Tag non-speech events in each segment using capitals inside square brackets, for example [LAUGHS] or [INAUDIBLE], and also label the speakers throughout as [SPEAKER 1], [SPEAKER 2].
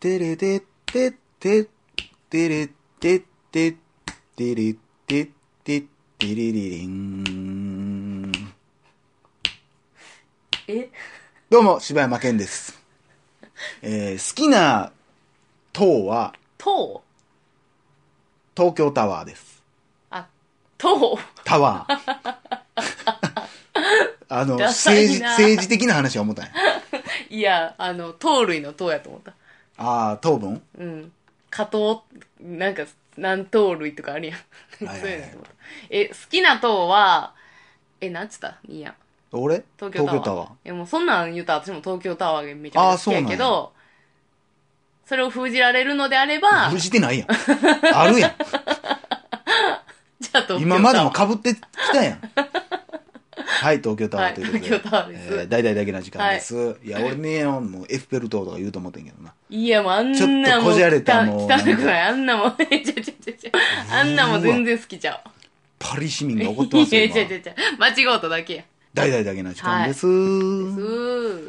[SPEAKER 1] てれてってっててれてってってれてってってれれれん
[SPEAKER 2] え
[SPEAKER 1] どうも柴山健です、えー、好きな塔は
[SPEAKER 2] 塔
[SPEAKER 1] 東京タワーです
[SPEAKER 2] あ塔 [LAUGHS]
[SPEAKER 1] タワーあの
[SPEAKER 2] ダサいな
[SPEAKER 1] 政治政治的な話は思ったんや
[SPEAKER 2] いやあの糖類の塔やと思った
[SPEAKER 1] ああ糖分
[SPEAKER 2] うん加糖なんか何糖類とかあるやんそう
[SPEAKER 1] はいはい
[SPEAKER 2] いうのやと思ったえ好きな塔はえなんつったいいやん
[SPEAKER 1] 俺
[SPEAKER 2] 東京タワーえもうそんなん言うたら私も東京タワーがめちゃめちゃ好きやけ
[SPEAKER 1] あーそう
[SPEAKER 2] どそれを封じられるのであれば
[SPEAKER 1] 無事でないやんあるやん
[SPEAKER 2] じゃあ東京タワー
[SPEAKER 1] 今までもかぶってきた
[SPEAKER 2] [LAUGHS]
[SPEAKER 1] やん。はい、東京タワ
[SPEAKER 2] は
[SPEAKER 1] ー
[SPEAKER 2] い
[SPEAKER 1] ということで。
[SPEAKER 2] 東京タワーです
[SPEAKER 1] えー大々だけな時間です。い、や、俺ね、もうエッフェル塔とか言うと思ってんけどな。
[SPEAKER 2] [LAUGHS] いや、もうあんなもん。
[SPEAKER 1] ちょっとこじゃれたもう
[SPEAKER 2] 汚
[SPEAKER 1] なんか
[SPEAKER 2] 汚くない。あん [LAUGHS] なもん。え、ちゃちゃちゃちゃ。あんなもん全然好きちゃ
[SPEAKER 1] パリ市民
[SPEAKER 2] う。
[SPEAKER 1] が怒ってますよ。
[SPEAKER 2] い
[SPEAKER 1] 今
[SPEAKER 2] や、ち [LAUGHS] ゃちゃちゃ。間違うただけや。
[SPEAKER 1] 大々だけな時間です。
[SPEAKER 2] う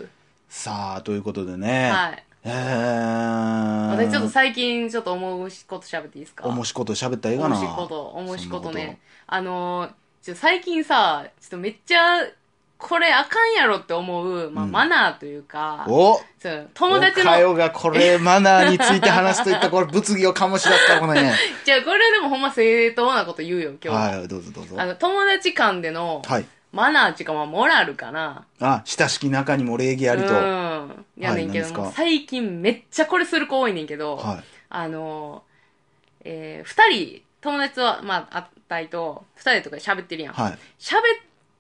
[SPEAKER 2] ー。
[SPEAKER 1] さあ、ということでね。
[SPEAKER 2] はい。
[SPEAKER 1] えー、
[SPEAKER 2] 私ちょっと最近ちょっと思うこと喋っていいですか
[SPEAKER 1] おもしこと喋ったらいい
[SPEAKER 2] お
[SPEAKER 1] か
[SPEAKER 2] も
[SPEAKER 1] な。
[SPEAKER 2] しこと、おもしこと
[SPEAKER 1] そんな
[SPEAKER 2] ね。あのー、ちょっと最近さ、ちょっとめっちゃ、これあかんやろって思う、まあ、
[SPEAKER 1] うん
[SPEAKER 2] マナーというか、
[SPEAKER 1] お
[SPEAKER 2] そう友達
[SPEAKER 1] お
[SPEAKER 2] の
[SPEAKER 1] か、よがこれ、マナーについて話すといったらこれ、物議を醸し出すから、この
[SPEAKER 2] [LAUGHS]
[SPEAKER 1] ね。
[SPEAKER 2] じゃあこれでもほんま正当なこと言うよ、今日。
[SPEAKER 1] はい、どうぞどうぞ。
[SPEAKER 2] あの、友達間での、
[SPEAKER 1] はい。
[SPEAKER 2] マナーっていうか、まあ、モラルかな。
[SPEAKER 1] あ、親しき中にも礼儀ありと。は
[SPEAKER 2] うん。やねんけ
[SPEAKER 1] はい何です
[SPEAKER 2] ど、
[SPEAKER 1] か
[SPEAKER 2] もう最近めっちゃこれする子多いねんけど、
[SPEAKER 1] い。
[SPEAKER 2] あの、えー二人、友達は、まあ、あったりと、二人とかで喋ってるやん。
[SPEAKER 1] はい。
[SPEAKER 2] 喋っ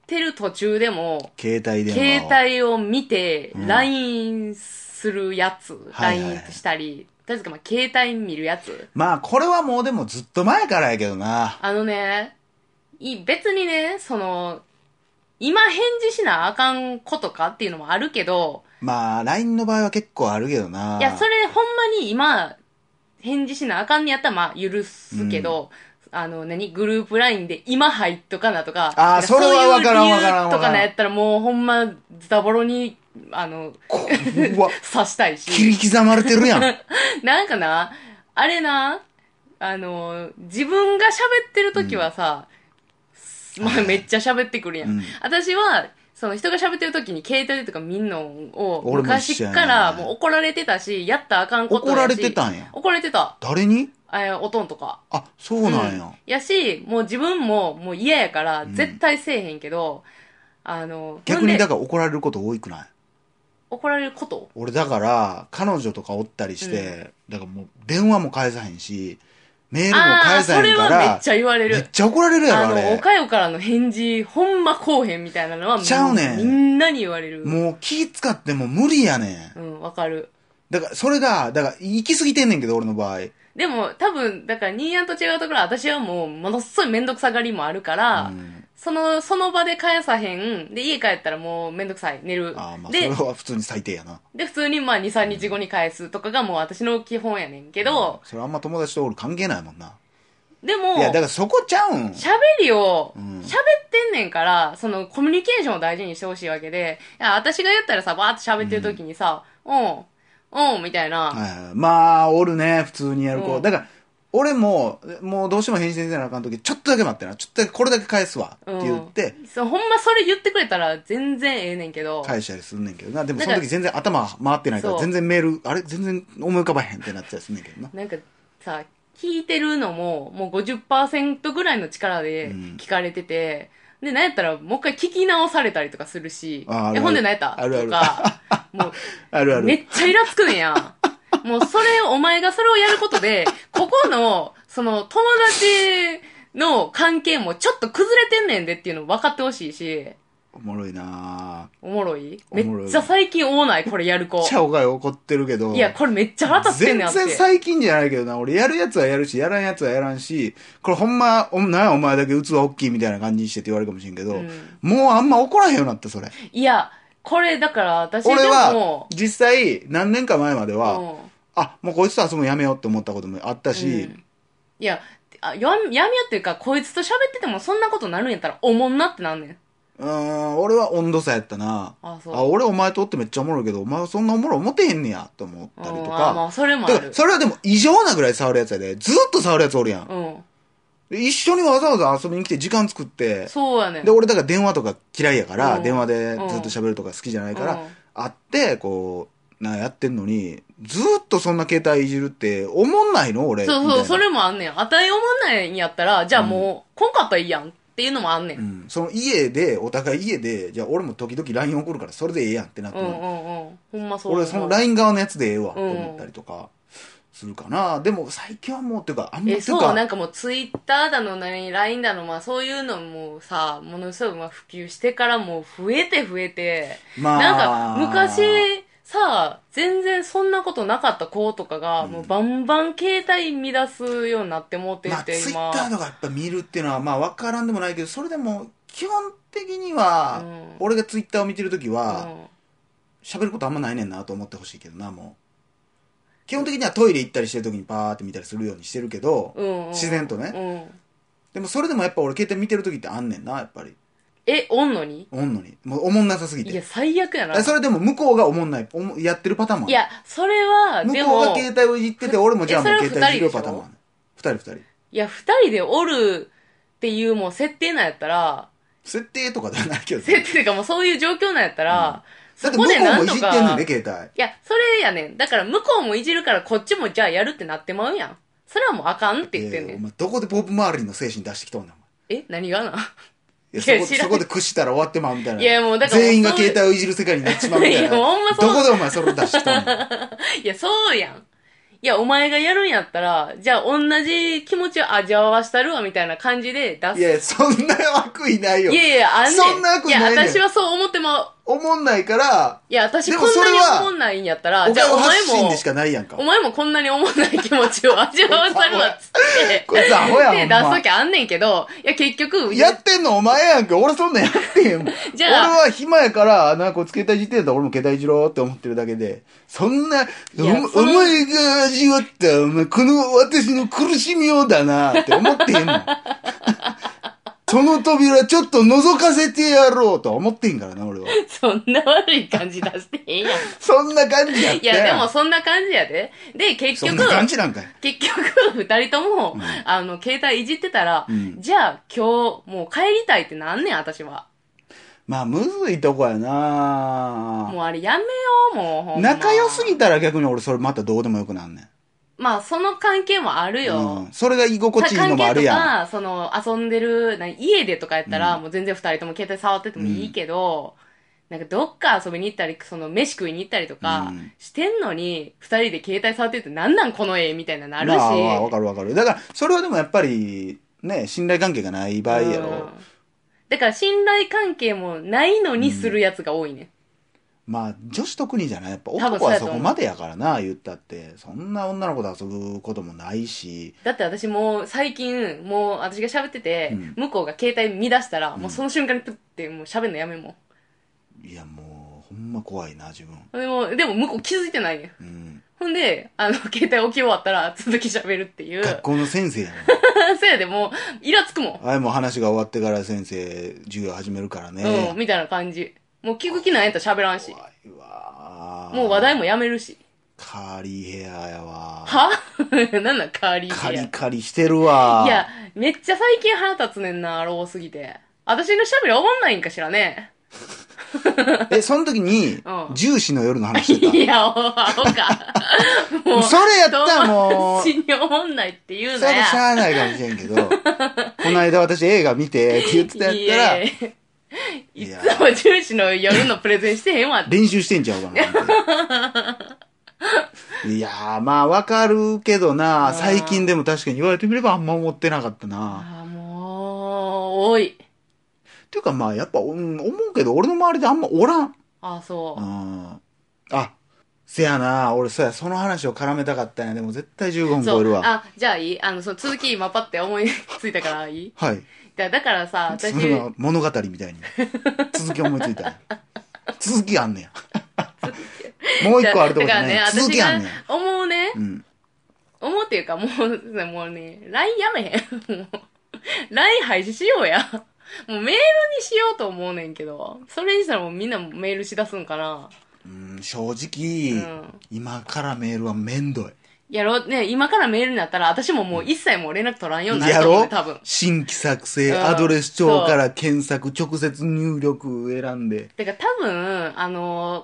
[SPEAKER 2] てる途中でも、
[SPEAKER 1] 携帯電話
[SPEAKER 2] 携
[SPEAKER 1] を。
[SPEAKER 2] 帯を見て、
[SPEAKER 1] うん
[SPEAKER 2] LINE するやつ、
[SPEAKER 1] はいはいはい
[SPEAKER 2] LINE したり、確かまあ、携帯見るやつ。
[SPEAKER 1] まあ、これはもうでもずっと前からやけどな。
[SPEAKER 2] あのね、い別にね、その、今返事しなあかんことかっていうのもあるけど、
[SPEAKER 1] まあ、LINE の場合は結構あるけどな。
[SPEAKER 2] いや、それほんまに今、返事しなあかんねやったら、まあ、許すけど、あの、何グループラインで今入っとかなとか、
[SPEAKER 1] あー
[SPEAKER 2] なん
[SPEAKER 1] それは
[SPEAKER 2] そういう
[SPEAKER 1] わからん
[SPEAKER 2] 理由
[SPEAKER 1] わからん
[SPEAKER 2] とか
[SPEAKER 1] わから
[SPEAKER 2] なんやったら、もうほんま、ズタボロに、あの、
[SPEAKER 1] こうわ、
[SPEAKER 2] 刺したい
[SPEAKER 1] [LAUGHS] 切
[SPEAKER 2] し。
[SPEAKER 1] り刻まれてる
[SPEAKER 2] [LAUGHS]
[SPEAKER 1] やん。はい
[SPEAKER 2] なんかな、あれな、あの、自分が喋ってる時はさ、まあ、めっちゃ喋ってくるやん。
[SPEAKER 1] うん
[SPEAKER 2] 私は、その人が喋ってる時に携帯でとか見んのを、
[SPEAKER 1] 俺も一
[SPEAKER 2] 昔
[SPEAKER 1] 緒やな
[SPEAKER 2] からもう怒られてたし、やったらあかんことやし
[SPEAKER 1] 怒られてたんや
[SPEAKER 2] 怒られてた。
[SPEAKER 1] 誰に
[SPEAKER 2] えー、おとんとか。
[SPEAKER 1] あ、そうなんや。
[SPEAKER 2] うんやし、もう自分ももう嫌やから、
[SPEAKER 1] ん
[SPEAKER 2] 絶対せえへんけど、あの、
[SPEAKER 1] 逆にだか
[SPEAKER 2] か
[SPEAKER 1] ら怒られること多いくない
[SPEAKER 2] 怒られること
[SPEAKER 1] 俺だから、彼女とかおったりして、だからもう電話も返さへんし、メールも
[SPEAKER 2] ああー、
[SPEAKER 1] 返
[SPEAKER 2] そ
[SPEAKER 1] さへ
[SPEAKER 2] れ
[SPEAKER 1] んか
[SPEAKER 2] はめっ
[SPEAKER 1] ら、
[SPEAKER 2] ちゃ言われ
[SPEAKER 1] めっ
[SPEAKER 2] る。
[SPEAKER 1] ちゃ怒られるやろ、
[SPEAKER 2] あ
[SPEAKER 1] あ
[SPEAKER 2] の、お
[SPEAKER 1] れ。
[SPEAKER 2] かよからの返事、ほんまこうへんみたいなのは、
[SPEAKER 1] ちゃうねん
[SPEAKER 2] みんなに言われる。
[SPEAKER 1] もう気使っても無理やねん
[SPEAKER 2] う。ん、わかる。
[SPEAKER 1] だから、それが、だから、行き過ぎてんねんけど、俺の場合。
[SPEAKER 2] でも、多分、だから、ニーヤンと違うところは、私はもう、ものすごいめんどくさがりもあるから、
[SPEAKER 1] うん
[SPEAKER 2] その、その場で返さへん。で、家帰ったらもうめんどくさい。寝る。
[SPEAKER 1] ああ、まあ、そ
[SPEAKER 2] で
[SPEAKER 1] れ、は普通に最低やな。
[SPEAKER 2] で、普通にまあ2、3日後に返すとかがもう私の基本やねんけど、
[SPEAKER 1] それあんま友達と俺関係ないもんな。
[SPEAKER 2] でも
[SPEAKER 1] い、や、だからそこちゃうん。
[SPEAKER 2] 喋りを、
[SPEAKER 1] うん
[SPEAKER 2] 喋ってんねんから、そのコミュニケーションを大事にしてほしいわけで、いや、私が言ったらさ、バーって喋ってる時にさ、うん、うん、みたいな、
[SPEAKER 1] はいはいまあ、おるね、普通にやる子。
[SPEAKER 2] うん
[SPEAKER 1] だから、俺も、もうどうしても返信せなあかん時、ちょっとだけ待ってな。ちょっとだけこれだけ返すわ。って
[SPEAKER 2] うん
[SPEAKER 1] 言って、
[SPEAKER 2] そうほんまそれ言ってくれたら全然ええねんけど、
[SPEAKER 1] 返したりすんねんけどな。でも
[SPEAKER 2] だ
[SPEAKER 1] そ
[SPEAKER 2] から
[SPEAKER 1] の時全然頭回ってないから、
[SPEAKER 2] そう
[SPEAKER 1] 全然メール、あれ全然思い浮かばへんってなったりすんねんけど
[SPEAKER 2] [LAUGHS]
[SPEAKER 1] な。
[SPEAKER 2] なんかさ、聞いてるのも、もう50%ぐらいの力で
[SPEAKER 1] うん
[SPEAKER 2] 聞かれてて、で、なんやったら、もう一回聞き直されたりとかするし、
[SPEAKER 1] あーある
[SPEAKER 2] え、ほんでなんやった
[SPEAKER 1] あるある
[SPEAKER 2] とか、もう、
[SPEAKER 1] あるある。
[SPEAKER 2] めっちゃイラつくね
[SPEAKER 1] [LAUGHS]
[SPEAKER 2] んや。もうそれ、お前がそれをやることで、ここの、その、友達の関係もちょっと崩れてんねんでっていうの分かってほしいし、
[SPEAKER 1] おもろいな
[SPEAKER 2] おもろい
[SPEAKER 1] おもろい
[SPEAKER 2] めっちゃ最近多ない、これやる
[SPEAKER 1] ぁ。
[SPEAKER 2] 子
[SPEAKER 1] めっ。ちゃおか怒ってるけど。
[SPEAKER 2] いや、これめっちゃ腹立ってんねん、
[SPEAKER 1] 全然
[SPEAKER 2] 私。
[SPEAKER 1] 最近じゃないけどな、俺やるやつはやるし、やらんやつはやらんし、これほんま、おなんやお前だけ器大きいみたいな感じにしてって言われるかもしれんけど、
[SPEAKER 2] うん
[SPEAKER 1] もうあんま怒らへんようになって、それ。
[SPEAKER 2] いや、これだから私で
[SPEAKER 1] 俺は
[SPEAKER 2] も、、
[SPEAKER 1] 実際、何年か前までは、
[SPEAKER 2] うん
[SPEAKER 1] あ、もうこいつと遊ぶのやめようって思ったこともあったし、
[SPEAKER 2] うんいや、あややみやっていうか、こいつと喋っててもそんなことなるんやったら、おもんなってなんねん。
[SPEAKER 1] うーん、俺は温度差やったな。
[SPEAKER 2] あそう
[SPEAKER 1] あ、俺お前とおってめっちゃおもろいけど、お前はそんなおもろい思てへんねや、と思ったりと
[SPEAKER 2] うんあま
[SPEAKER 1] か。
[SPEAKER 2] あ、それもあ
[SPEAKER 1] だか
[SPEAKER 2] る
[SPEAKER 1] ら、。それはでも異常なぐらい触るやつやで。ずっと触るやつおるやん。
[SPEAKER 2] うん。
[SPEAKER 1] で一緒にわざわざ遊びに来て時間作って。
[SPEAKER 2] そうやねん
[SPEAKER 1] で、。俺だから電話とか嫌いやから、
[SPEAKER 2] うん
[SPEAKER 1] 電話でずっと喋るとか好きじゃないから、
[SPEAKER 2] うん
[SPEAKER 1] 会って、こう、なんかやってんのに、ずっとそんな携帯いじるって、おもんないの俺。
[SPEAKER 2] そう
[SPEAKER 1] みたい
[SPEAKER 2] そう、
[SPEAKER 1] な
[SPEAKER 2] それもあんねん。あたい思んないんやったら、じゃあもう、こんかったらいいやんっていうのもあんねん。う
[SPEAKER 1] うんん、その家で、お互い家で、じゃあ俺も時々 LINE 送るからそれでええやんってなって
[SPEAKER 2] う
[SPEAKER 1] も
[SPEAKER 2] んうん。ほんまそう。
[SPEAKER 1] 俺その LINE 側のやつでええわと思ったりとかするかな。でも最近はもうっていうか、あんま
[SPEAKER 2] え、
[SPEAKER 1] りていう
[SPEAKER 2] そう、な
[SPEAKER 1] か、
[SPEAKER 2] んかもうツイッターだの、何、LINE だの、まあそういうのもさ、ものすごいまあ普及してからもう増えて増えて、
[SPEAKER 1] ま
[SPEAKER 2] なんか昔さ、全然そんなことなかった子とかが、もうバンバン携帯見出すようになってもうて
[SPEAKER 1] まあ、
[SPEAKER 2] て、
[SPEAKER 1] ツイ
[SPEAKER 2] 今。
[SPEAKER 1] ッターとかやっぱ見るっていうのは、まあ、分からんでもないけど、それでも、基本的には、
[SPEAKER 2] うん
[SPEAKER 1] 俺がツイッターを見てるときは、
[SPEAKER 2] うん
[SPEAKER 1] 喋、ることあんまないねんなと思ってほしいけどな、もう。基本的にはトイレ行ったりしてるときにパーって見たりするようにしてるけど、
[SPEAKER 2] うんうん
[SPEAKER 1] 自然とね
[SPEAKER 2] うん
[SPEAKER 1] でもそれでもやっぱ俺携帯見てるときってあんねんな、やっぱり。
[SPEAKER 2] え、おんのに
[SPEAKER 1] おんのに。もう、おもんなさすぎ
[SPEAKER 2] いや、
[SPEAKER 1] て。
[SPEAKER 2] 最悪やな。
[SPEAKER 1] それでも向こうがおもんない、おもやってるパターンもあ
[SPEAKER 2] い
[SPEAKER 1] る。
[SPEAKER 2] や、それは、
[SPEAKER 1] 向
[SPEAKER 2] で
[SPEAKER 1] こうが
[SPEAKER 2] も、
[SPEAKER 1] 携帯をいじってて、俺もじゃあもう
[SPEAKER 2] えそれは
[SPEAKER 1] 携帯いじる
[SPEAKER 2] 二人で
[SPEAKER 1] パタ
[SPEAKER 2] しょ
[SPEAKER 1] ーンもある。二人二人。
[SPEAKER 2] いや、二人でおるっていうもう設定なんやったら、
[SPEAKER 1] 設定とかではないけどね。
[SPEAKER 2] 設定っていうかもうそういう状況なんやったら、
[SPEAKER 1] だ
[SPEAKER 2] そ
[SPEAKER 1] って向こ
[SPEAKER 2] こで
[SPEAKER 1] う
[SPEAKER 2] な
[SPEAKER 1] も
[SPEAKER 2] ん
[SPEAKER 1] い
[SPEAKER 2] と
[SPEAKER 1] じってん
[SPEAKER 2] か、
[SPEAKER 1] ねん
[SPEAKER 2] い
[SPEAKER 1] ね、携帯。
[SPEAKER 2] や、それやねん。だから向こうもいじるからこっちもじゃあやるってなってまうやん。それはもうあかんって言ってんね
[SPEAKER 1] えーお
[SPEAKER 2] ん。
[SPEAKER 1] 前どこでポップ周りの精神出してきとんねんお
[SPEAKER 2] え何がな [LAUGHS]
[SPEAKER 1] 前
[SPEAKER 2] いや
[SPEAKER 1] いやそ
[SPEAKER 2] 知
[SPEAKER 1] こ
[SPEAKER 2] らん
[SPEAKER 1] そこで屈したら終わってまうみたいない
[SPEAKER 2] やもうだから
[SPEAKER 1] 全員が
[SPEAKER 2] そういう
[SPEAKER 1] 携帯をいじる世界になっちまうみたい
[SPEAKER 2] い
[SPEAKER 1] な
[SPEAKER 2] やほんまそう
[SPEAKER 1] どこでお前それ出してきとん
[SPEAKER 2] [LAUGHS]
[SPEAKER 1] ねん
[SPEAKER 2] いや、そうやん。いや、お前がやるんやったら、じゃあ同じ気持ちを味わわしたるわみたいな感じで出
[SPEAKER 1] い
[SPEAKER 2] す。
[SPEAKER 1] やいやそんな悪意ないよ
[SPEAKER 2] いやいや、あんねん。
[SPEAKER 1] そんな悪意ないねん
[SPEAKER 2] いや、私はそう思ってまう。
[SPEAKER 1] おもんないから
[SPEAKER 2] いや、私
[SPEAKER 1] で
[SPEAKER 2] こ
[SPEAKER 1] も
[SPEAKER 2] ん
[SPEAKER 1] そ
[SPEAKER 2] な
[SPEAKER 1] れ
[SPEAKER 2] に
[SPEAKER 1] は
[SPEAKER 2] 思んないんやったら、
[SPEAKER 1] お
[SPEAKER 2] じゃあ
[SPEAKER 1] 前
[SPEAKER 2] お
[SPEAKER 1] は
[SPEAKER 2] 前
[SPEAKER 1] 発信
[SPEAKER 2] も
[SPEAKER 1] でし、かないやんか
[SPEAKER 2] お前もこんなに思んない気持ちを味わわさるわっつって、
[SPEAKER 1] こいつアホやん
[SPEAKER 2] 手
[SPEAKER 1] ほん
[SPEAKER 2] 出す
[SPEAKER 1] ま
[SPEAKER 2] ときあんねんけど、いや結局、
[SPEAKER 1] やってんのお前やんか俺そんなんやってへんもん
[SPEAKER 2] [LAUGHS] じゃあ
[SPEAKER 1] 俺は暇やからなんかこいつ携帯いじってんだ俺も携帯いじろうって思ってるだけでそんなお
[SPEAKER 2] や
[SPEAKER 1] 前
[SPEAKER 2] その
[SPEAKER 1] お前が味わったお前この私の苦しみをだなって思ってへんも
[SPEAKER 2] [LAUGHS]
[SPEAKER 1] んその扉ちょっと覗かせてやろうとは思ってへんからな俺は
[SPEAKER 2] そんな悪い感じ出してへんやん。
[SPEAKER 1] そんな感じやっ
[SPEAKER 2] い
[SPEAKER 1] て
[SPEAKER 2] や、でもそんな感じやで。で、結
[SPEAKER 1] そん
[SPEAKER 2] 局
[SPEAKER 1] な、感じなんかい
[SPEAKER 2] 結局、二人とも、あの、携帯いじってたら、
[SPEAKER 1] うん
[SPEAKER 2] じゃあ今日、もう帰りたいってなんねん、私は。
[SPEAKER 1] まあむずいとこやな
[SPEAKER 2] もうあれやめよう、もうほんま。
[SPEAKER 1] 仲良すぎたら逆に俺それまたどうでもよくなんねん
[SPEAKER 2] まあ、その関係もあるよ。
[SPEAKER 1] うん、それが居心地いいのもあるやん
[SPEAKER 2] 関係とか、その、遊んでる、何家でとかやったら、もう全然二人とも携帯触っててもいいけど、なんかどっか遊びに行ったり、その、飯食いに行ったりとか
[SPEAKER 1] うん、
[SPEAKER 2] してんのに、二人で携帯触ってるってなんなんこの絵みたいなのあるし。
[SPEAKER 1] まあ、わわかるわかる。だから、それはでもやっぱり、ね、信頼関係がない場合やろ。
[SPEAKER 2] うんだから、信頼関係もないのにするやつが多いね。
[SPEAKER 1] まあ、女子特にじゃないやっぱ
[SPEAKER 2] 多分
[SPEAKER 1] 男
[SPEAKER 2] そう
[SPEAKER 1] は
[SPEAKER 2] やと
[SPEAKER 1] そ
[SPEAKER 2] 思う
[SPEAKER 1] こまでやからな、言ったって。そんな女の子と遊ぶこともないし。
[SPEAKER 2] だって私もう最近、もう私が喋ってて、
[SPEAKER 1] うん
[SPEAKER 2] 向こうが携帯見出したら、もうその瞬間にプッて、もう喋るのやめんも
[SPEAKER 1] いや、もう、ほんま怖いな、自分。
[SPEAKER 2] う。でも、でも向こう気づいてないね
[SPEAKER 1] う
[SPEAKER 2] ん。
[SPEAKER 1] ん。
[SPEAKER 2] ほんで、あの、 [LAUGHS] 携帯置き終わったら続き喋るっていう。
[SPEAKER 1] 学校の先生やね
[SPEAKER 2] せやでもう、イラつくもん。
[SPEAKER 1] あいもう話が終わってから先生、授業始めるから
[SPEAKER 2] うん、
[SPEAKER 1] ね。
[SPEAKER 2] みたいな感じ。もう聞く気ないやったら喋らんし。
[SPEAKER 1] 怖いわ。
[SPEAKER 2] もう話題。もやめるし。
[SPEAKER 1] カーリーヘアやわ。
[SPEAKER 2] は [LAUGHS] なんなんカーリー
[SPEAKER 1] カ
[SPEAKER 2] ヘ
[SPEAKER 1] リカリしてるわ
[SPEAKER 2] ア。。いや、めっちゃ最近腹立つねんな、ローすぎて。私の喋り思んないんかしらね。
[SPEAKER 1] え、その時に、
[SPEAKER 2] うん
[SPEAKER 1] 重視の夜の話してた。
[SPEAKER 2] いや、おアホ
[SPEAKER 1] [LAUGHS]
[SPEAKER 2] か。も
[SPEAKER 1] それやったらもう
[SPEAKER 2] 友達に思んないって言う
[SPEAKER 1] そ
[SPEAKER 2] な
[SPEAKER 1] れはし
[SPEAKER 2] や。
[SPEAKER 1] ゃあないかもしれんけど、 [LAUGHS] この間私映画見てって言ってた
[SPEAKER 2] い
[SPEAKER 1] やった
[SPEAKER 2] や
[SPEAKER 1] ら、
[SPEAKER 2] いやい
[SPEAKER 1] いや
[SPEAKER 2] つも重視の夜のプレゼンしてへんわって。
[SPEAKER 1] 練習してんちゃうかな思
[SPEAKER 2] [LAUGHS]
[SPEAKER 1] って。いやー、まあわかるけど
[SPEAKER 2] あ
[SPEAKER 1] な、
[SPEAKER 2] ー
[SPEAKER 1] 最近でも確かに言われてみればあんま思ってなかったな。
[SPEAKER 2] ああ、もう、多い。
[SPEAKER 1] っていうかまあやっぱ、うん思うけど俺の周りであんまおらん。
[SPEAKER 2] ああ、そうう。
[SPEAKER 1] ん。あ、せやな、俺そうや、その話を絡めたかったんや。でも絶対15分
[SPEAKER 2] そ
[SPEAKER 1] 超える
[SPEAKER 2] う。
[SPEAKER 1] わ。
[SPEAKER 2] あ、じゃあいいあの、その続き今パって思いついたからいい
[SPEAKER 1] はい。
[SPEAKER 2] だだからさ、
[SPEAKER 1] [LAUGHS] そ
[SPEAKER 2] 私、
[SPEAKER 1] れが物語みたいに。続き思いついたんや。続きあんねや。もう一個あるとこじゃない。
[SPEAKER 2] だから
[SPEAKER 1] 続
[SPEAKER 2] ね、私
[SPEAKER 1] きあんね
[SPEAKER 2] が
[SPEAKER 1] や。
[SPEAKER 2] 思うね
[SPEAKER 1] う、ん。
[SPEAKER 2] 思うっていうかもう、もうね、LINE やめへん。もう、LINE 廃止しようや。もうメールにしようと思うねんけど、それにしたらもうみんなメールしだすんかな。
[SPEAKER 1] うん、正直、
[SPEAKER 2] うん
[SPEAKER 1] 今からメールはめんどい。
[SPEAKER 2] やろう、ね、今からメールになったら、私ももう一切もう連絡取らんようになる
[SPEAKER 1] や
[SPEAKER 2] と思
[SPEAKER 1] ろ
[SPEAKER 2] うね、多分。
[SPEAKER 1] 新規作
[SPEAKER 2] う
[SPEAKER 1] 成、
[SPEAKER 2] ん
[SPEAKER 1] アドレス帳から検索、直接入力選んで。
[SPEAKER 2] てか多分、あのー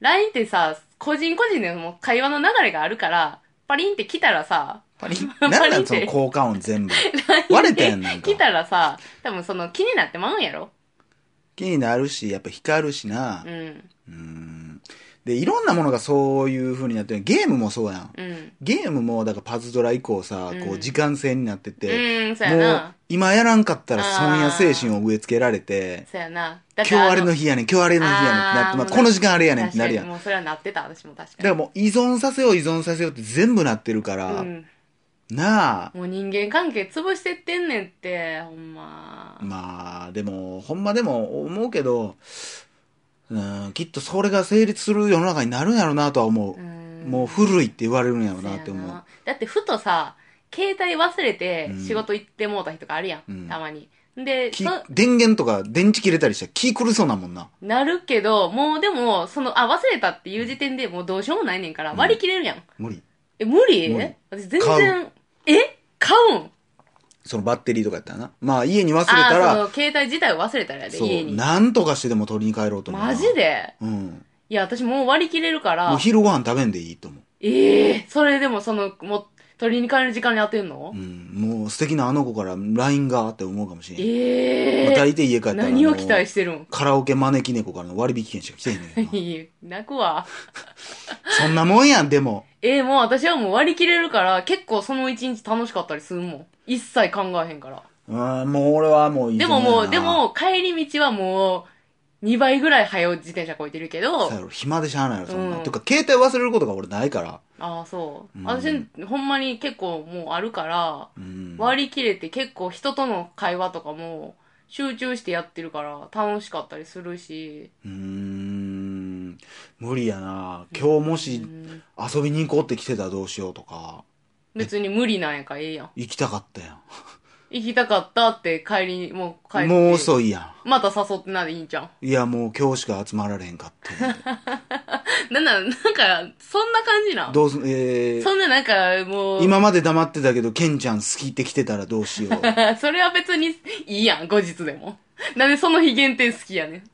[SPEAKER 2] LINE ってさ、個人個人でもう会話の流れがあるから、パリンって来たらさ、
[SPEAKER 1] パリン。
[SPEAKER 2] パリン
[SPEAKER 1] なんなん
[SPEAKER 2] って
[SPEAKER 1] その効果音
[SPEAKER 2] [LAUGHS]
[SPEAKER 1] 全部。割れたやんなんか
[SPEAKER 2] 来。たらさ、多分その気になってまうんやろ
[SPEAKER 1] 気になるし、やっぱ光るしな
[SPEAKER 2] う。ん、
[SPEAKER 1] うん。で、いろんなものがそういう風になってる。ゲームもそうやん。
[SPEAKER 2] うん。
[SPEAKER 1] ゲームも、だからパズドラ以降さ、
[SPEAKER 2] うん
[SPEAKER 1] こう時間制になってて、
[SPEAKER 2] うん、そうや
[SPEAKER 1] もう
[SPEAKER 2] な。
[SPEAKER 1] 今やらんかったら損や精神を植え付けられて、
[SPEAKER 2] そうやな。だ
[SPEAKER 1] 今日あれの
[SPEAKER 2] 日
[SPEAKER 1] 日やねん、今日あれの日やねんってなって、まあ、この時間あれやねんってなるやん。だ
[SPEAKER 2] もうそれはなってた、私も確かに。
[SPEAKER 1] からもう依存させよう依存させようって全部なってるから、
[SPEAKER 2] うん。
[SPEAKER 1] なあ、
[SPEAKER 2] もう人間関係潰してってんねんって、ほんま。
[SPEAKER 1] まあでも、ほんまでも思うけど、うん、きっとそれが成立する世の中になるんやろうなとは思
[SPEAKER 2] う
[SPEAKER 1] う。
[SPEAKER 2] ん。
[SPEAKER 1] もう古いって言われるんやろう
[SPEAKER 2] そう
[SPEAKER 1] な
[SPEAKER 2] や
[SPEAKER 1] って思う。
[SPEAKER 2] なだってふとさ、携帯忘れて
[SPEAKER 1] うん
[SPEAKER 2] 仕事行ってもうた日とかあるやん、
[SPEAKER 1] うん
[SPEAKER 2] たまに。で、
[SPEAKER 1] き
[SPEAKER 2] そ
[SPEAKER 1] 電源とか電池切れたりしたら気狂いそうなもんな。
[SPEAKER 2] なるけど、もうでも、その、あ、忘れたっていう時点でもうどうしようもないねんから
[SPEAKER 1] ん
[SPEAKER 2] 割り切れるやん。
[SPEAKER 1] 無理。
[SPEAKER 2] え、無理
[SPEAKER 1] 無理
[SPEAKER 2] 私全
[SPEAKER 1] 買
[SPEAKER 2] 然、え買うん
[SPEAKER 1] そのバッテリーとかやったらな。まあ家に忘れ
[SPEAKER 2] あ
[SPEAKER 1] た
[SPEAKER 2] ー、そ
[SPEAKER 1] ら、
[SPEAKER 2] の、携帯自体を忘れたらやで、
[SPEAKER 1] そ
[SPEAKER 2] 家
[SPEAKER 1] う、
[SPEAKER 2] に。
[SPEAKER 1] なんとかしてでも取りに帰ろうと思うな。
[SPEAKER 2] マジで
[SPEAKER 1] うん。
[SPEAKER 2] いや、私もう割り切れるか
[SPEAKER 1] もう
[SPEAKER 2] ら、
[SPEAKER 1] 昼ご飯食べんでいいと思う。
[SPEAKER 2] ええそれでもその、もう、取りに帰る時間に当てんの、
[SPEAKER 1] うん、もう素敵なあの子から LINE がって思うかもしれん。
[SPEAKER 2] え
[SPEAKER 1] ま
[SPEAKER 2] え
[SPEAKER 1] あ、大抵家帰ったら
[SPEAKER 2] 何を期待
[SPEAKER 1] し
[SPEAKER 2] してるん
[SPEAKER 1] カラオケ招き猫からの割引券しか来てへんねんない
[SPEAKER 2] い泣くわ。
[SPEAKER 1] そんなもんやん、でも。
[SPEAKER 2] えー、もう私はもう割り切れるから、結構その一日楽しかったりするもん。一切考えへんから。
[SPEAKER 1] うん、もう俺はもういい
[SPEAKER 2] でももう、で、も帰り道はもう、2倍ぐらい早う自転車こいてるけど
[SPEAKER 1] そう、やろ暇でしゃあないやろ、そんな。
[SPEAKER 2] うん
[SPEAKER 1] とか、携帯忘れることが俺ないから。
[SPEAKER 2] ああ、そう。
[SPEAKER 1] うん
[SPEAKER 2] 私、ほんまに結構もうあるから、
[SPEAKER 1] うん。
[SPEAKER 2] 割り切れて結構人との会話とかも、集中してやってるから、楽しかったりするし。
[SPEAKER 1] うーん、無理やな。今日も
[SPEAKER 2] う
[SPEAKER 1] し
[SPEAKER 2] ん
[SPEAKER 1] 遊びに行こうって来てたらどうしようとか、
[SPEAKER 2] 別に無理なんやからええやん。
[SPEAKER 1] 行きたかったや
[SPEAKER 2] 行きたかったって帰りに、もう帰っ
[SPEAKER 1] ん。
[SPEAKER 2] て。
[SPEAKER 1] もう遅いや
[SPEAKER 2] また誘ってないでいいんじゃん。
[SPEAKER 1] ん。いや、もう今日しか集まられへんかっ
[SPEAKER 2] [LAUGHS]
[SPEAKER 1] て。
[SPEAKER 2] なんだ、なんか、そんな感じなん
[SPEAKER 1] どうす、えー、
[SPEAKER 2] そんななんか、もう、
[SPEAKER 1] 今まで黙ってたけど、ケンちゃん好きって来てたらどうし
[SPEAKER 2] [LAUGHS]
[SPEAKER 1] よう。
[SPEAKER 2] それは別にいいやん、後日でも。 [LAUGHS] なんでその日限定好きやねん。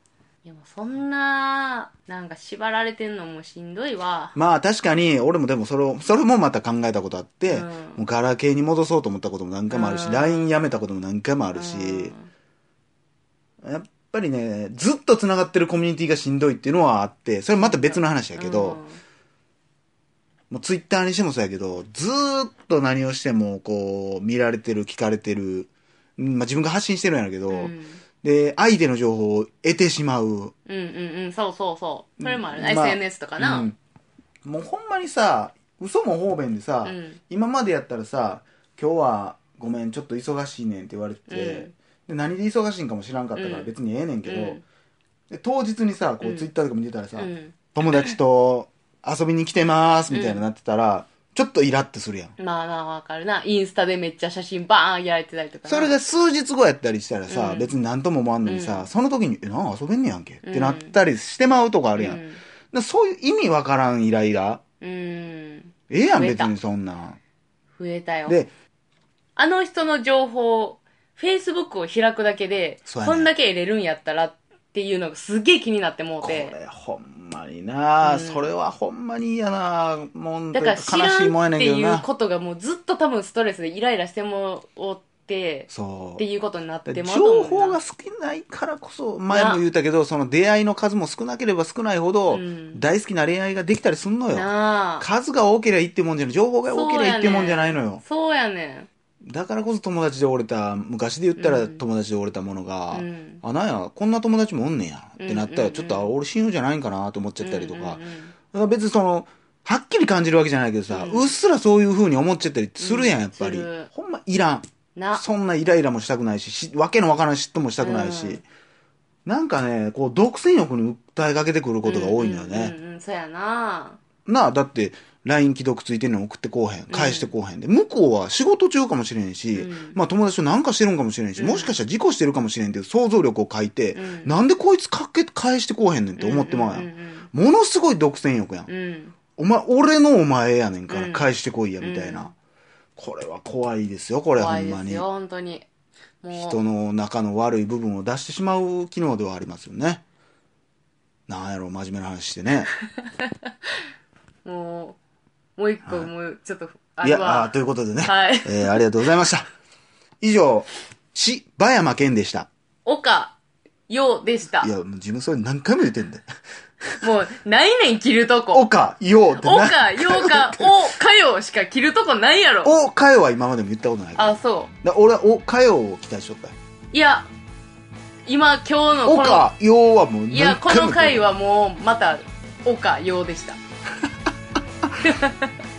[SPEAKER 2] でもそんな、なんか縛られてんのもしんどいわ。
[SPEAKER 1] まあ確かに、俺もでもそれを、それもまた考えたことあって、
[SPEAKER 2] うん
[SPEAKER 1] もうガラケーに戻そうと思ったことも何回もあるし、
[SPEAKER 2] うん
[SPEAKER 1] LINE やめたことも何回もあるし、やっぱりね、ずっと繋がってるコミュニティがしんどいっていうのはあって、それまた別の話
[SPEAKER 2] だ
[SPEAKER 1] やけど、もう Twitter にしてもそうやけど、ずーっと何をしても、こう、見られてる、聞かれてる、うんまあ自分が発信してるんやろうけど、
[SPEAKER 2] うん、うん、
[SPEAKER 1] で、相手の情報を得てしまう。
[SPEAKER 2] うんうんうん、そうそうそう。それもある。
[SPEAKER 1] まあ
[SPEAKER 2] SNS とかな。
[SPEAKER 1] うんもうほんまにさ嘘も方便でさ、
[SPEAKER 2] うん
[SPEAKER 1] 今までやったらさ「今日はごめんちょっと忙しいねん」って言われてて、
[SPEAKER 2] うん
[SPEAKER 1] で何で忙しいんかも知らんかったから
[SPEAKER 2] うん
[SPEAKER 1] 別にええねんけど、
[SPEAKER 2] うん
[SPEAKER 1] で当日にさこう
[SPEAKER 2] う
[SPEAKER 1] んツイッターとか見てたらさ、
[SPEAKER 2] うん
[SPEAKER 1] 友達と遊びに来てます」みたいななってたら、ちょっとイラってするやん。
[SPEAKER 2] まあなあ、わかるな。インスタでめっちゃ写真バーンやられてたりとかな。
[SPEAKER 1] それが数日後やったりしたらさ、
[SPEAKER 2] うん
[SPEAKER 1] 別に何とも思わんのにさ、
[SPEAKER 2] うん
[SPEAKER 1] その時に「えなんか遊べんねやんけ」ってなったりしてまうとこあ
[SPEAKER 2] あ
[SPEAKER 1] るやん、だからそういう意味わからんイライラ
[SPEAKER 2] うん。うん。
[SPEAKER 1] ええやん
[SPEAKER 2] 増え
[SPEAKER 1] 別
[SPEAKER 2] た
[SPEAKER 1] にそんなん
[SPEAKER 2] 増えたよ。
[SPEAKER 1] で
[SPEAKER 2] あの人の情報、Facebook を開くだけで、
[SPEAKER 1] そうやね
[SPEAKER 2] こんだけ入れるんやったらっていうのがすっげえ気になってもう
[SPEAKER 1] こ
[SPEAKER 2] て。
[SPEAKER 1] れほんまにな、
[SPEAKER 2] うん
[SPEAKER 1] それはほんまに嫌なもんと
[SPEAKER 2] だ
[SPEAKER 1] いう
[SPEAKER 2] か
[SPEAKER 1] か
[SPEAKER 2] ら知
[SPEAKER 1] 悲
[SPEAKER 2] ら
[SPEAKER 1] しいもんや
[SPEAKER 2] ん
[SPEAKER 1] ね
[SPEAKER 2] っ
[SPEAKER 1] ん
[SPEAKER 2] て
[SPEAKER 1] けど
[SPEAKER 2] いう
[SPEAKER 1] な
[SPEAKER 2] ことがもうずっと多分ストレスでイライラしてもおって、
[SPEAKER 1] そ
[SPEAKER 2] っ
[SPEAKER 1] う
[SPEAKER 2] ていうことになってもうと思う
[SPEAKER 1] 情
[SPEAKER 2] な
[SPEAKER 1] 報が少ないからこそ前も言ったけどその出会いの数も少なければ少ないほど、
[SPEAKER 2] うん
[SPEAKER 1] 大好きな恋愛ができたりすんのよ
[SPEAKER 2] なあ。
[SPEAKER 1] 数が多ければいいってもんじゃない情報が多ければいいってもんじゃないのよ、
[SPEAKER 2] そうやね
[SPEAKER 1] だからこそ友達で折れた昔で言った
[SPEAKER 2] う
[SPEAKER 1] ら
[SPEAKER 2] ん
[SPEAKER 1] 友達で折れたものが、
[SPEAKER 2] うん
[SPEAKER 1] あなんやこんな友達もおんねんやってなった
[SPEAKER 2] うんうんう
[SPEAKER 1] ら
[SPEAKER 2] ん
[SPEAKER 1] ちょっとあ俺親友じゃないんかなと思っち
[SPEAKER 2] ん。
[SPEAKER 1] ゃったりとか、
[SPEAKER 2] うんうんうん
[SPEAKER 1] だから別にその、はっきり感じるわけじゃないけどさ、う
[SPEAKER 2] うん
[SPEAKER 1] っすらそういう風に思っちゃったりするやん、
[SPEAKER 2] うん
[SPEAKER 1] やっぱり
[SPEAKER 2] する。
[SPEAKER 1] ほんまいらん。
[SPEAKER 2] な。
[SPEAKER 1] そんなイライラもしたくないし、しわけのわからん嫉妬もしたくないし、
[SPEAKER 2] うん
[SPEAKER 1] なんかね、こう、独占欲に訴えかけてくることが多いのよね。
[SPEAKER 2] うんうんうん、そうやな。
[SPEAKER 1] なあ、だって、 LINE 既読ついてんの送ってこうへん。返してこうへんで。向こうは仕事中かもしれんし、
[SPEAKER 2] うん
[SPEAKER 1] まあ友達となんかしてるんかもしれんし、
[SPEAKER 2] うん
[SPEAKER 1] もしかしたら事故してるかもしれんっていう想像力を書いて、
[SPEAKER 2] うん
[SPEAKER 1] なんでこいつかけ返してこうへんねんって思ってまうやん。
[SPEAKER 2] うんうん
[SPEAKER 1] ものすごい独占欲やん。
[SPEAKER 2] うんうん
[SPEAKER 1] お前、俺のお前やねんから
[SPEAKER 2] うん
[SPEAKER 1] 返してこいや、みたいな。
[SPEAKER 2] うん
[SPEAKER 1] これは怖いですよ、これは
[SPEAKER 2] 怖
[SPEAKER 1] ほ
[SPEAKER 2] い
[SPEAKER 1] ん
[SPEAKER 2] で
[SPEAKER 1] ますに
[SPEAKER 2] よ。本当にもう
[SPEAKER 1] 人の中の悪い部分を出してしまう機能ではありますよね。なんやろ、真面目な話してね。
[SPEAKER 2] もうもう一個、もうちょっとあ
[SPEAKER 1] い
[SPEAKER 2] れ
[SPEAKER 1] や、あ
[SPEAKER 2] は
[SPEAKER 1] ーということでね、
[SPEAKER 2] はい
[SPEAKER 1] えーありがとうございました。以上、し、ばやまけんでした。
[SPEAKER 2] 岡ようでした
[SPEAKER 1] いや、もう自分それ何回も言ってんだよ。
[SPEAKER 2] もうないねん切るとこ
[SPEAKER 1] おか、ようってな。
[SPEAKER 2] 岡ようかおかようしか切るとこないやろ
[SPEAKER 1] おかよは今までも言ったことないから。
[SPEAKER 2] あそ
[SPEAKER 1] だ俺はおかよを期待しとったよ。
[SPEAKER 2] ういや今今日の
[SPEAKER 1] お
[SPEAKER 2] この
[SPEAKER 1] か、ようはもう
[SPEAKER 2] いや
[SPEAKER 1] 何
[SPEAKER 2] こ
[SPEAKER 1] 回も言
[SPEAKER 2] の
[SPEAKER 1] った
[SPEAKER 2] 回はもうまた岡ようでした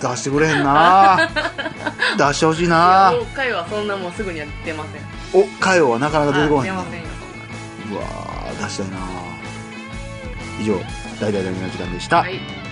[SPEAKER 1] 出してくれへん
[SPEAKER 2] [LAUGHS]
[SPEAKER 1] な出してほしいな
[SPEAKER 2] ようかよはそんなもうすぐには出ません
[SPEAKER 1] おかよはなかなか出てこへ
[SPEAKER 2] あ出
[SPEAKER 1] んな
[SPEAKER 2] ませんよそん
[SPEAKER 1] う
[SPEAKER 2] な
[SPEAKER 1] わー出したいな以上大々大の時間でした、
[SPEAKER 2] はい